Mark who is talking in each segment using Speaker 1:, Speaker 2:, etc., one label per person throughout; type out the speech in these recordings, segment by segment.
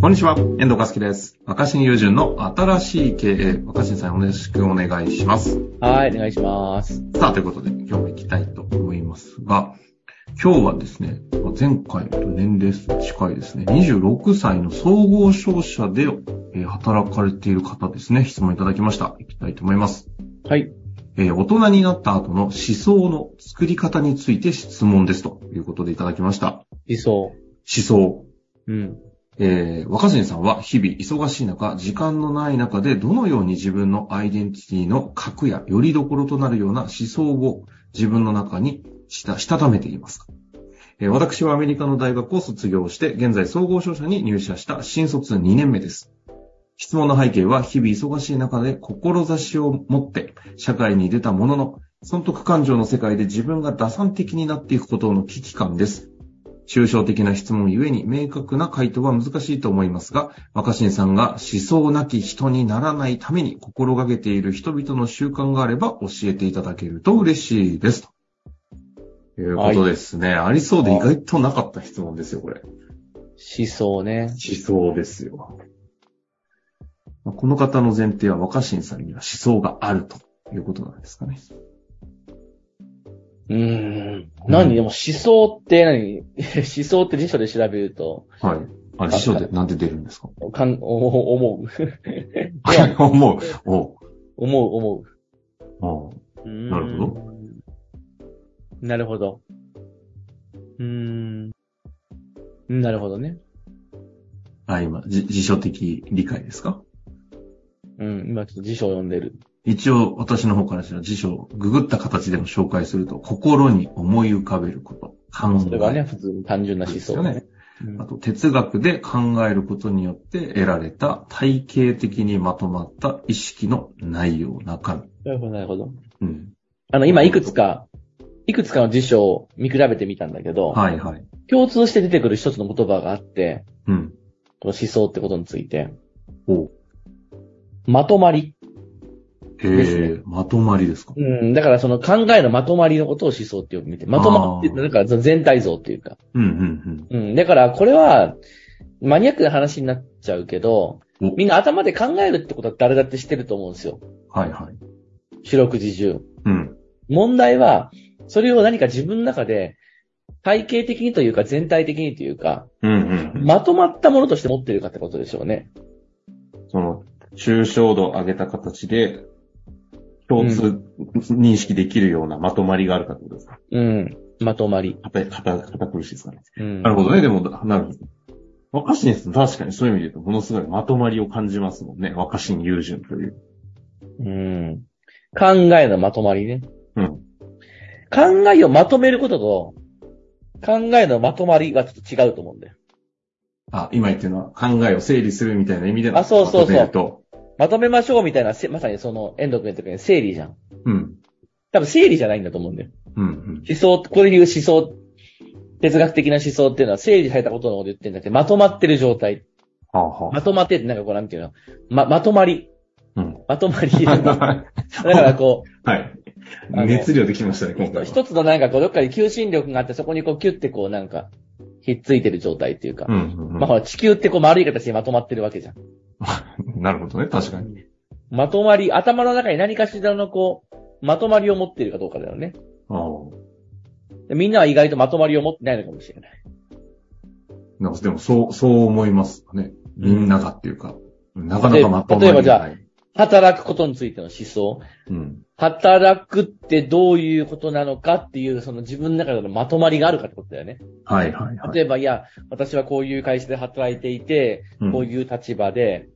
Speaker 1: こんにちは、遠藤和樹です。若新友人の新しい経営、若新さんよろしくお願いします。
Speaker 2: はい、お願いします。
Speaker 1: さあ、ということで、今日も行きたいと思いますが、今日はですね、前回と年齢層近いですね、26歳の総合商社でえー働かれている方ですね、質問いただきました。行きたいと思います。
Speaker 2: はい。
Speaker 1: えー大人になった後の思想の作り方について質問ですということでいただきました。
Speaker 2: 理想。
Speaker 1: 思想。
Speaker 2: うん。
Speaker 1: えー若新さんは日々忙しい中、時間のない中でどのように自分のアイデンティティの核や拠り所となるような思想を自分の中にした、したためていますか、えー私はアメリカの大学を卒業して、現在総合商社に入社した新卒2年目です。質問の背景は日々忙しい中で志を持って社会に出たものの、損得感情の世界で自分が打算的になっていくことの危機感です。抽象的な質問ゆえに明確な回答は難しいと思いますが、若新さんが思想なき人にならないために心がけている人々の習慣があれば教えていただけると嬉しいです。ということですね。ありそうで意外となかった質問ですよ、これ。
Speaker 2: 思想ね。
Speaker 1: 思想ですよ。まあこの方の前提は若新さんには思想があるということなんですかね。
Speaker 2: うーん。何でも思想って何 思想って辞書で調べると、
Speaker 1: はい。あれ、師匠でなんで出るんですか
Speaker 2: かん、お思う。 い や
Speaker 1: 思う。おう
Speaker 2: 思う、思
Speaker 1: おう
Speaker 2: う。うーん
Speaker 1: なるほ
Speaker 2: なるほど。うーん。なるほどね。
Speaker 1: あ、今、じ辞書的理解ですか
Speaker 2: うん。今ちょっと辞書を読んでる。
Speaker 1: 一応、私の方からしたら辞書をググった形でも紹介すると、心に思い浮かべること、考え
Speaker 2: それがね、普通に単純な思
Speaker 1: です
Speaker 2: 想
Speaker 1: よね。
Speaker 2: うん
Speaker 1: あと、哲学で考えることによって得られた体系的にまとまった意識の内容、中身。
Speaker 2: なるほど、なるほど。
Speaker 1: うん。
Speaker 2: あの、今いくつか、いくつかの辞書を見比べてみたんだけど、
Speaker 1: はいはい。
Speaker 2: 共通して出てくる一つの言葉があって、
Speaker 1: うん。
Speaker 2: この思想ってことについて、
Speaker 1: おう
Speaker 2: まとまり。
Speaker 1: へ
Speaker 2: です
Speaker 1: え、まとまりですか。
Speaker 2: うん、だからその考えのまとまりのことを思想って呼ぶみたい。まとまって、
Speaker 1: あー
Speaker 2: なんか全体像っていうか。
Speaker 1: うんうん
Speaker 2: うん、だからこれは、マニアックな話になっちゃうけど
Speaker 1: お、
Speaker 2: みんな頭で考えるってことは誰だって知ってると思うんですよ。
Speaker 1: うん。はいはい。
Speaker 2: 四六時中。
Speaker 1: うん。
Speaker 2: 問題は、それを何か自分の中で、体系的にというか全体的にというか、
Speaker 1: うんうんうん。
Speaker 2: まとまったものとして持ってるかってことでしょうね。
Speaker 1: その、抽象度を上げた形で、共通認識できるようなまとまりがあるかってことですか
Speaker 2: うん。まとまり。
Speaker 1: 堅い、堅、堅苦しいですかね。
Speaker 2: うん。
Speaker 1: なるほどね。でも、なるほど。若新さん、確かにそういう意味で言うと、ものすごいまとまりを感じますもんね。若新友人という。
Speaker 2: うん。考えのまとまりね。
Speaker 1: うん。
Speaker 2: 考えをまとめることと、考えのまとまりはちょっと違うと思うんだよ。
Speaker 1: あ、今言ってるのは考えを整理するみたいな意味での。
Speaker 2: あそうそう
Speaker 1: まと
Speaker 2: そう
Speaker 1: めると
Speaker 2: まとめましょうみたいな、せまさにその、遠藤君の時に整理じゃん。
Speaker 1: うん。
Speaker 2: 多分整理じゃないんだと思うんだよ。
Speaker 1: うん、うん。
Speaker 2: 思想、これに言う思想、哲学的な思想っていうのは整理されたことのことを言ってんだって、まとまってる状態。
Speaker 1: はあ、はあ
Speaker 2: まとまってってなんかこうなんていうのま、まとまり。
Speaker 1: うん。
Speaker 2: まとま り。だか
Speaker 1: は
Speaker 2: らこう、
Speaker 1: い。
Speaker 2: あの
Speaker 1: 熱量できましたね、今回は。
Speaker 2: 一つのなんかこう、どっかに求心力があって、そこにこう、キュってこう、なんか、ひっついてる状態っていうか。
Speaker 1: うん、うんうん
Speaker 2: まあほら、地球ってこう、丸い形でまとまってるわけじゃん。
Speaker 1: なるほどね、確かに。
Speaker 2: まとまり、頭の中に何かしらのこう、まとまりを持っているかどうかだよね。
Speaker 1: ああ。
Speaker 2: でみんなは意外とまとまりを持ってないのかもしれない。
Speaker 1: なんかでも、そう、そう思いますね。みんながっていうか、なかなかまとまり
Speaker 2: 例えばじゃあ
Speaker 1: がない
Speaker 2: 働くことについての思想。
Speaker 1: うん。
Speaker 2: 働くってどういうことなのかっていう、その自分の中でのまとまりがあるかってことだよね。
Speaker 1: はい、はい、はい。
Speaker 2: 例えば、いや、私はこういう会社で働いていて、
Speaker 1: うん
Speaker 2: こういう立場で、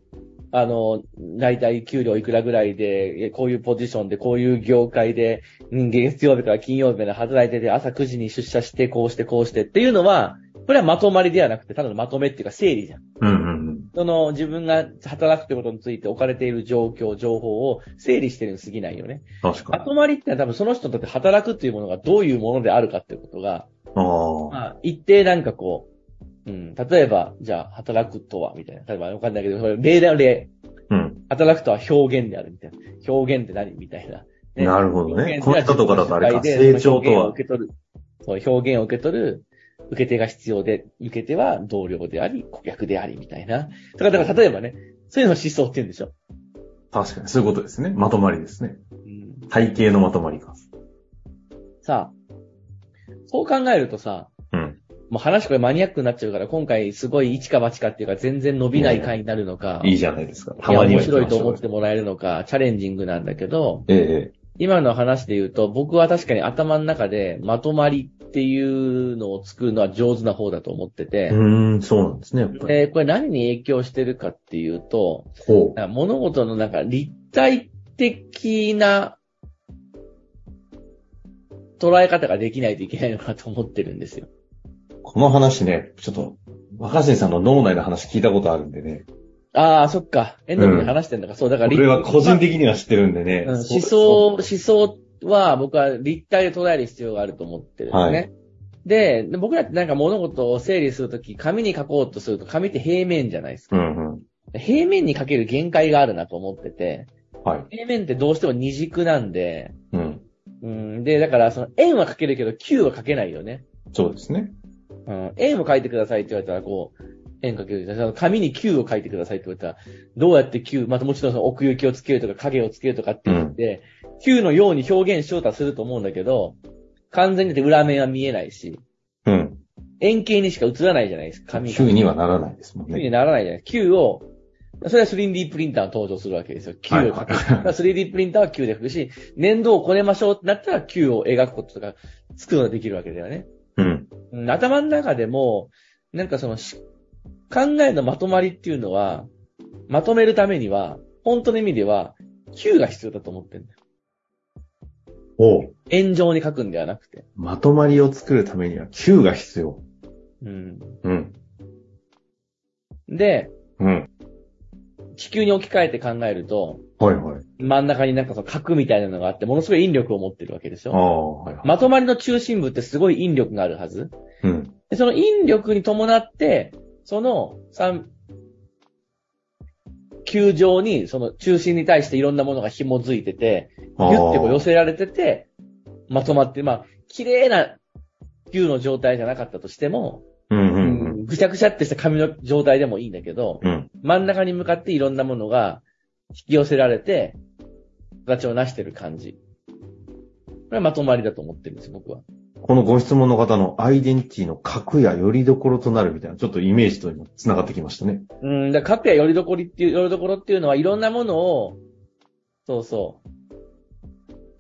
Speaker 2: あの、大体給料いくらぐらいで、えこういうポジションで、こういう業界で、うん月曜日から金曜日まで働いてて、朝9時に出社して、こうして、こうしてっていうのは、これはまとまりではなくて、ただのまとめっていうか整理じゃん。
Speaker 1: うん、うんうん。
Speaker 2: その自分が働くということについて置かれている状況、情報を整理してるに過ぎないよね。
Speaker 1: 確か
Speaker 2: ま
Speaker 1: に。
Speaker 2: とまりってのは多分その人にとって働くっていうものがどういうものであるかっていうことが、
Speaker 1: ああ。
Speaker 2: まあ、一定なんかこう、うん、例えば、じゃあ、働くとは、みたいな。例えば、わかんないけど、それ例だよ、例。
Speaker 1: うん。
Speaker 2: 働くとは表現である、みたいな。表現って何みたいな。ね
Speaker 1: なるほどね
Speaker 2: 表現ってのは
Speaker 1: この人とかだとあれか
Speaker 2: 自分の世界で
Speaker 1: 成長とは
Speaker 2: その表現を受け取る。そう、表現を受け取る、受け手が必要で、受け手は同僚であり、顧客であり、みたいな。だから、だから例えばね、そういうのを思想って言うんでしょ。
Speaker 1: 確かに、そういうことですね。まとまりですね。
Speaker 2: うん、
Speaker 1: 体系のまとまりか。
Speaker 2: さあ、そう考えるとさ、
Speaker 1: うん。
Speaker 2: もう話これマニアックになっちゃうから、今回すごい一か八かっていうか全然伸びない回になるのか、
Speaker 1: いいじゃないですか。た
Speaker 2: いや
Speaker 1: まに
Speaker 2: 面
Speaker 1: は
Speaker 2: 白いと思
Speaker 1: 行
Speaker 2: っ
Speaker 1: きましょう
Speaker 2: てもらえるのか、チャレンジングなんだけど、
Speaker 1: えええ
Speaker 2: 今の話で言うと、僕は確かに頭の中でまとまりっていうのを作るのは上手な方だと思って
Speaker 1: え。
Speaker 2: て、
Speaker 1: うーん、そうなんですね、やっぱり。
Speaker 2: でこれ何に影響してるかっていうと、
Speaker 1: こう。
Speaker 2: なんか物事のなんか立体的な捉え方ができないといけないのかと思ってるんですよ。
Speaker 1: この話ね、ちょっと、若新さんの脳内の話聞いたことあるんでね。
Speaker 2: ああ、そっか。エンドに話してんだから、そう、だから
Speaker 1: こ
Speaker 2: 立
Speaker 1: れは個人的には知ってるんでね。
Speaker 2: うん
Speaker 1: そう
Speaker 2: 思想、思想は僕は立体で捉える必要があると思ってるんですね。
Speaker 1: はい
Speaker 2: で、で僕らってなんか物事を整理するとき、紙に書こうとすると、紙って平面じゃないですか。
Speaker 1: うんうん。
Speaker 2: 平面に書ける限界があるなと思ってて、
Speaker 1: はい。
Speaker 2: 平面ってどうしても二軸なんで、
Speaker 1: うん。
Speaker 2: うん、で、だからその円は書けるけど、球は書けないよね。
Speaker 1: そうですね。
Speaker 2: うん、円を書いてくださいって言われたら、こう、円かけるじゃん。その紙に球を書いてくださいって言われたら、どうやって球、またもちろんその奥行きをつけるとか影をつけるとかって言って、球のように表現しようとはすると思うんだけど、完全にだって裏面は見えないし、
Speaker 1: うん。
Speaker 2: 円形にしか映らないじゃないですか、紙が。
Speaker 1: 急にはならないですもん
Speaker 2: 球
Speaker 1: ね。
Speaker 2: にならないじゃない。球を、それは 3D プリンターが登場するわけですよ。球を描く。
Speaker 1: はい
Speaker 2: だから 3D プリンターは球で描くし、粘土をこねましょうってなったら球を描くこととか、作るのができるわけだよね。
Speaker 1: うん。
Speaker 2: うん頭の中でも、なんかそのし、考えのまとまりっていうのは、まとめるためには、本当の意味では、Q が必要だと思ってんだよ。
Speaker 1: おう
Speaker 2: 円状に書くんではなくて。
Speaker 1: まとまりを作るためには Q が必要。
Speaker 2: うん。
Speaker 1: うん。
Speaker 2: で、
Speaker 1: うん。
Speaker 2: 地球に置き換えて考えると、
Speaker 1: はいはい。
Speaker 2: 真ん中になんかその角みたいなのがあって、ものすごい引力を持ってるわけでし
Speaker 1: あ
Speaker 2: ょ。
Speaker 1: あ、はいはい。
Speaker 2: まとまりの中心部ってすごい引力があるはず。
Speaker 1: うん。
Speaker 2: で、その引力に伴って、その三、球状に、その中心に対していろんなものが紐づいてて、ギ
Speaker 1: あ
Speaker 2: ュ
Speaker 1: あ
Speaker 2: ッてこう寄せられてて、まとまって、まあ、綺麗な球の状態じゃなかったとしても、
Speaker 1: うんうん
Speaker 2: ぐちゃぐちゃってした紙の状態でもいいんだけど、
Speaker 1: うん。うん。
Speaker 2: 真ん中に向かっていろんなものが引き寄せられて、形を成してる感じ。これはまとまりだと思ってるんです、僕は。
Speaker 1: このご質問の方のアイデンティティの核や拠り所となるみたいな、ちょっとイメージと今繋がってきましたね。
Speaker 2: うん、だから各家よりどこりっていう、よりどころっていうのは、いろんなものを、そうそう。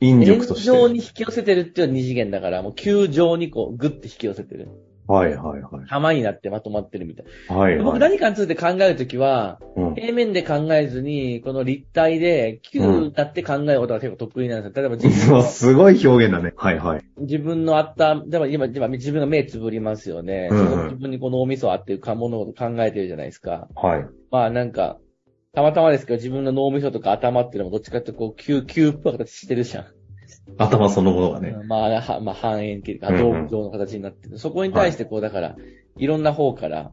Speaker 1: 引力として。
Speaker 2: 円状に引き寄せてるっていうのは二次元だから、もう球状にこう、ぐって引き寄せてる。
Speaker 1: はいはいはい。
Speaker 2: 玉になってまとまってるみたい。
Speaker 1: はい
Speaker 2: 僕
Speaker 1: はい。
Speaker 2: 何かについて考えるときは、
Speaker 1: うん
Speaker 2: 平面で考えずに、この立体で、球になって考えることが結構得意なんですよ。例えば自分
Speaker 1: うわ
Speaker 2: の、
Speaker 1: すごい表現だね。はいはい。
Speaker 2: 自分のあった、例えば今、今自分が目つぶりますよね。
Speaker 1: うんうん
Speaker 2: その自分にこのお味噌あっていうか、物事考えてるじゃないですか。
Speaker 1: はい。
Speaker 2: まあなんか、たまたまですけど、自分の脳みそとか頭っていうのもどっちかっていうとこう、急、急っぽい形してるじゃん。
Speaker 1: 頭そのものがね。
Speaker 2: まあ、はまあ、半円形と
Speaker 1: う
Speaker 2: か、
Speaker 1: ん
Speaker 2: 動
Speaker 1: うん
Speaker 2: 状の形になってる。そこに対してこう、だから、いろんな方から、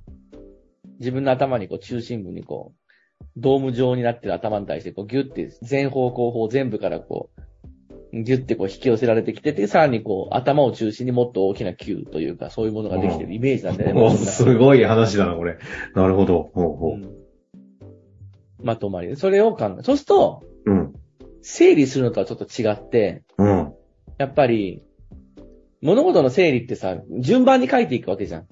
Speaker 2: 自分の頭にこう、中心部にこう、ドーム状になってる頭に対してこう、ギュッて、全方向方全部からこう、ギュッてこう、引き寄せられてきてて、さらにこう、頭を中心にもっと大きな球というか、そういうものができてるイメージなんだよね。
Speaker 1: お
Speaker 2: 僕の中で
Speaker 1: すごい話だな、これ。なるほど。ほうほ
Speaker 2: うんまとまり。それを考え、そうすると、
Speaker 1: う。うん。
Speaker 2: 整理するのとはちょっと違って、
Speaker 1: うん。
Speaker 2: やっぱり、物事の整理ってさ、順番に書いていくわけじゃん。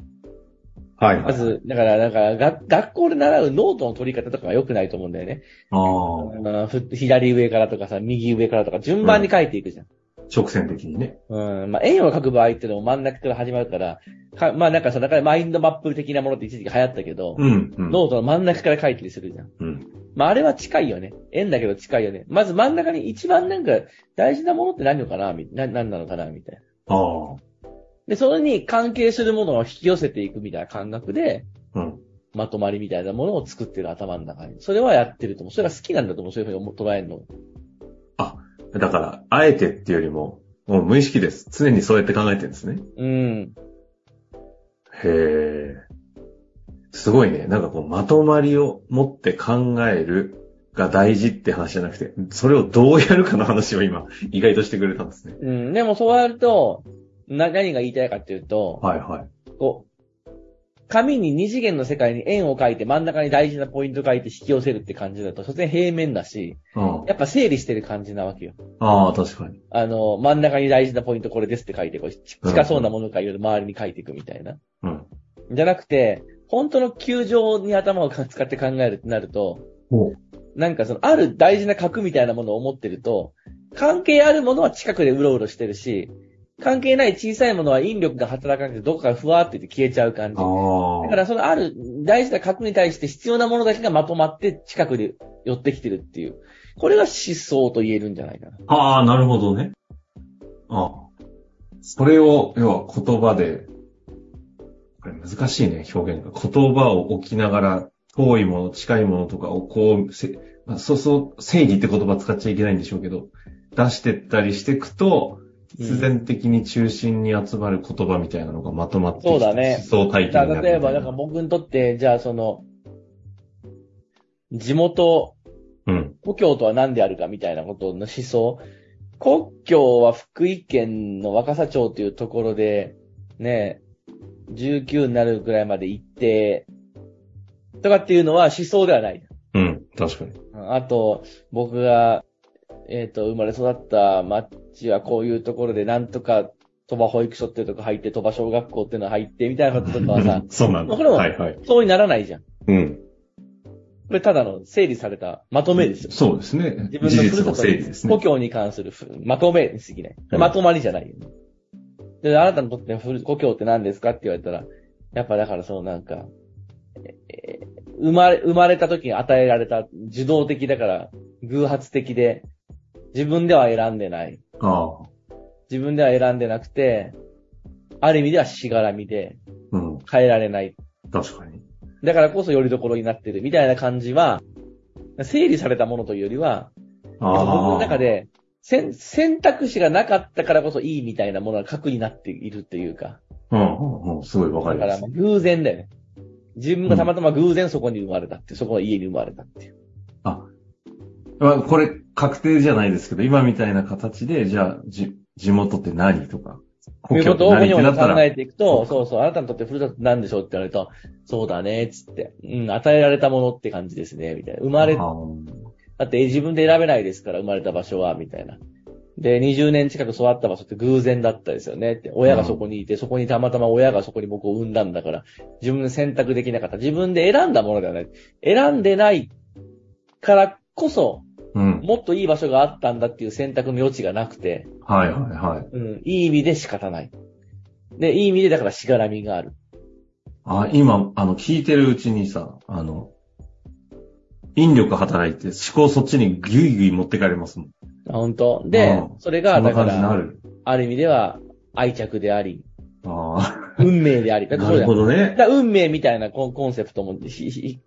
Speaker 1: はい。
Speaker 2: ま、ず、だから、だから、が学校で習うノートの取り方とかは良くないと思うんだよね。
Speaker 1: ああ、
Speaker 2: うんふ左上からとかさ、右上からとか、順番に書いていくじゃん。
Speaker 1: 直線的にね。
Speaker 2: うん、まあ、円を書く場合っていうのも真ん中から始まるから、かまあなんかその中でマインドマップ的なものって一時期流行ったけど、
Speaker 1: うん。うん。
Speaker 2: ノートの真ん中から書いたりするじゃん。
Speaker 1: うん。
Speaker 2: まああれは近いよね。円だけど近いよね。まず真ん中に一番なんか大事なものって何のかなみな、何なのかなみたいな。
Speaker 1: ああ。
Speaker 2: で、それに関係するものを引き寄せていくみたいな感覚で、
Speaker 1: うん。
Speaker 2: まとまりみたいなものを作ってる頭の中に。それはやってると思う。それが好きなんだと思う。そういうふうに思う捉えるの。
Speaker 1: だから、あえてっていうよりも、もう無意識です。常にそうやって考えてるんですね。
Speaker 2: うん。
Speaker 1: へえ。すごいね。なんかこう、まとまりを持って考えるが大事って話じゃなくて、それをどうやるかの話を今、意外としてくれたんですね。
Speaker 2: うん。でもそうやると、な、何が言いたいかっていうと、
Speaker 1: はいはい。
Speaker 2: こう、紙に二次元の世界に円を書いて真ん中に大事なポイント書いて引き寄せるって感じだと、所詮平面だし、
Speaker 1: うん。
Speaker 2: やっぱ整理してる感じなわけよ。
Speaker 1: ああ、確かに。
Speaker 2: あの、真ん中に大事なポイントこれですって書いて、こう、ち近そうなものからいろいろ周りに書いていくみたいな。
Speaker 1: うん。
Speaker 2: じゃなくて、本当の球場に頭を使って考えるってなると、
Speaker 1: お
Speaker 2: なんかその、ある大事な核みたいなものを持ってると、関係あるものは近くでうろうろしてるし、関係ない小さいものは引力が働かなくてどこかふわーってって消えちゃう感じ。だか
Speaker 1: ああ。
Speaker 2: らそのある大事な核に対して必要なものだけがまとまって近くで寄ってきてるっていう。これが思想と言えるんじゃないかな。
Speaker 1: ああ、なるほどね。ああ。それを、要は言葉で、これ難しいね、表現が。言葉を置きながら、遠いもの、近いものとかをこう、せまあ、そうそう、正義って言葉使っちゃいけないんでしょうけど、出してったりしていくと、必然的に中心に集まる言葉みたいなのがまとまってきて、
Speaker 2: そうだね
Speaker 1: 思想体系に
Speaker 2: だか
Speaker 1: なる
Speaker 2: ら
Speaker 1: みたい
Speaker 2: 例えば、なんか僕にとって、じゃあその、地元、
Speaker 1: うん。
Speaker 2: 故郷とは何であるかみたいなことの思想。故郷は福井県の若狭町というところで、ね、19になるぐらいまで行って、とかっていうのは思想ではない。
Speaker 1: うん。確かに。、
Speaker 2: うんあと、僕が、えっ、と、生まれ育った町はこういうところで、なんとか、鳥羽保育所っていうとこ入って、鳥羽小学校っていうの入って、みたいなこととかはさ
Speaker 1: そうなんだ。
Speaker 2: これも
Speaker 1: はいはい。
Speaker 2: そうにならないじゃん。こ
Speaker 1: うん。
Speaker 2: れただの整理されたまとめですよ。
Speaker 1: そうですね。
Speaker 2: 自分
Speaker 1: 事
Speaker 2: のふ
Speaker 1: 実
Speaker 2: る
Speaker 1: の整
Speaker 2: さと
Speaker 1: 理
Speaker 2: に
Speaker 1: ですね
Speaker 2: 故。郷に関するふまとめに過ぎない。
Speaker 1: うん
Speaker 2: まとまりじゃないよね。で、あなたにとってふる故郷って何ですかって言われたら、やっぱだからそのなんか、えー生まれ、生まれた時に与えられた受動的だから、偶発的で、自分では選んでない。
Speaker 1: ああ。
Speaker 2: 自分では選んでなくて、ある意味ではしがらみで
Speaker 1: うん。
Speaker 2: 変えられない。
Speaker 1: 確かに。
Speaker 2: だからこそよりどころになってるみたいな感じは、整理されたものというよりは、
Speaker 1: ああ。
Speaker 2: 僕の中。で、選選択肢がなかったからこそいいみたいなものが核になっているっていうか。
Speaker 1: うん、うん、うん。すごいわか
Speaker 2: だ
Speaker 1: り
Speaker 2: か
Speaker 1: ま
Speaker 2: ら
Speaker 1: す。
Speaker 2: 偶然だよね。自分がたまたま偶然そこに生まれたって、そこの家に生まれたっていう。
Speaker 1: まあ、これ、確定じゃないですけど、今みたいな形で、じゃあ、じ、地元って何とか、
Speaker 2: と
Speaker 1: 故
Speaker 2: いう
Speaker 1: 郷
Speaker 2: こ
Speaker 1: って
Speaker 2: とをふ
Speaker 1: 何
Speaker 2: に
Speaker 1: って
Speaker 2: ょふに
Speaker 1: な
Speaker 2: ょ
Speaker 1: った
Speaker 2: 考え
Speaker 1: ら、
Speaker 2: ていくと、そうそう、あなたにとってふるさとなんでしょうって言われると、そうだね、つって。うん、与えられたものって感じですね、みたいな。生まれ
Speaker 1: ああ
Speaker 2: だって自分で選べないですから、生まれた場所は、みたいな。で、20年近く育った場所って偶然だったですよねって。親がそこにいて、そこにたまたま親がそこに僕を産んだんだから、自分で選択できなかった。自分で選んだものではない。選んでないからこそ、
Speaker 1: うん。
Speaker 2: もっといい場所があったんだっていう選択の余地がなくて、
Speaker 1: はい、はい、はい。
Speaker 2: うん、いい意味で仕方ない。で、いい意味でだからしがらみがある。
Speaker 1: あ、今、あの、聞いてるうちにさ、あの、引力働いて、思考そっちにギュイギュイ持ってかれますもん。
Speaker 2: あ本当で
Speaker 1: う、ん
Speaker 2: それ
Speaker 1: そ
Speaker 2: が、
Speaker 1: ん
Speaker 2: だ
Speaker 1: な
Speaker 2: か
Speaker 1: 感じにな
Speaker 2: ら、
Speaker 1: る。
Speaker 2: ある意味では愛着であり、
Speaker 1: あ
Speaker 2: 運命であり。
Speaker 1: あ。
Speaker 2: だって
Speaker 1: な
Speaker 2: そうじ
Speaker 1: る
Speaker 2: ゃん
Speaker 1: ほどね。
Speaker 2: だから運命みたいなコンコンセプトもひひひひ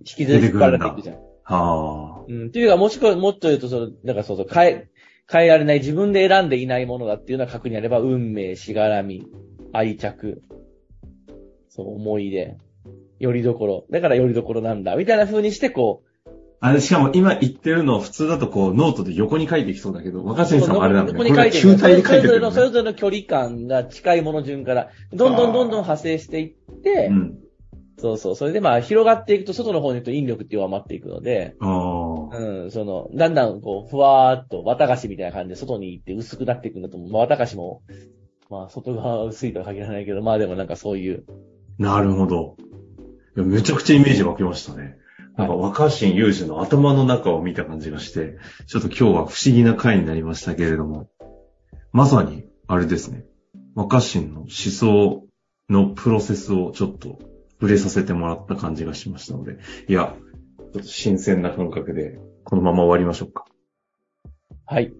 Speaker 2: 引きずり引っ張られていくじゃん。
Speaker 1: あ
Speaker 2: うん。っていうか、もしくはもっと言うと、その、なんかそうそう、変え、変えられない、自分で選んでいないものだっていうのは確認あれば、運命、しがらみ、愛着、そう、思い出、よりどころ、だからよりどころなんだ、みたいな風にして、こ
Speaker 1: あ。あれ、しかも今言ってるの普通だとこう、ノートで横に書いてきそうだけど、若
Speaker 2: う、
Speaker 1: 新さんはあれなんだね。
Speaker 2: こに書いて
Speaker 1: これ球体で
Speaker 2: そ
Speaker 1: 書い
Speaker 2: れ
Speaker 1: て
Speaker 2: ぞ
Speaker 1: る
Speaker 2: れ
Speaker 1: んだ
Speaker 2: の、
Speaker 1: ね
Speaker 2: それぞれの距離感が近いもの順から、どんどんどんどん派生していって、
Speaker 1: うん。
Speaker 2: そうそう、それでまあ、広がっていくと、外の方に行くと引力って弱まっていくので、
Speaker 1: あ
Speaker 2: うん、その、だんだんこう、ふわーっと、綿菓子みたいな感じで外に行って薄くなっていくんだと思う。まあ、綿菓子も、まあ、外側は薄いとは限らないけど、まあでもなんかそういう、
Speaker 1: あ、なるほど。いやめちゃくちゃイメージ湧きましたね。なんか若新雄二の頭の中を見た感じがして、ちょっと今日は不思議な回になりましたけれども、まさに、あれですね。若新の思想のプロセスをちょっと触れさせてもらった感じがしましたので、いや、ちょっと新鮮な感覚で、このまま終わりましょうか。
Speaker 2: はい。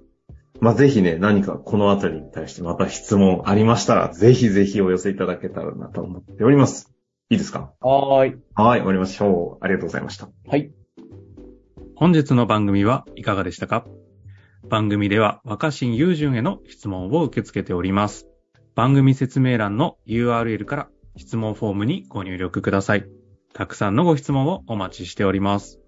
Speaker 1: まあ、ぜひね、何かこのあたりに対してまた質問ありましたら、ぜひぜひお寄せいただけたらなと思っております。いいですか
Speaker 2: はーい。
Speaker 1: はい、終わりましょう。ありがとうございました。
Speaker 2: はい。
Speaker 3: 本日の番組はいかがでしたか番組では若新雄純への質問を受け付けております。番組説明欄の URL から質問フォームにご入力ください。たくさんのご質問をお待ちしております。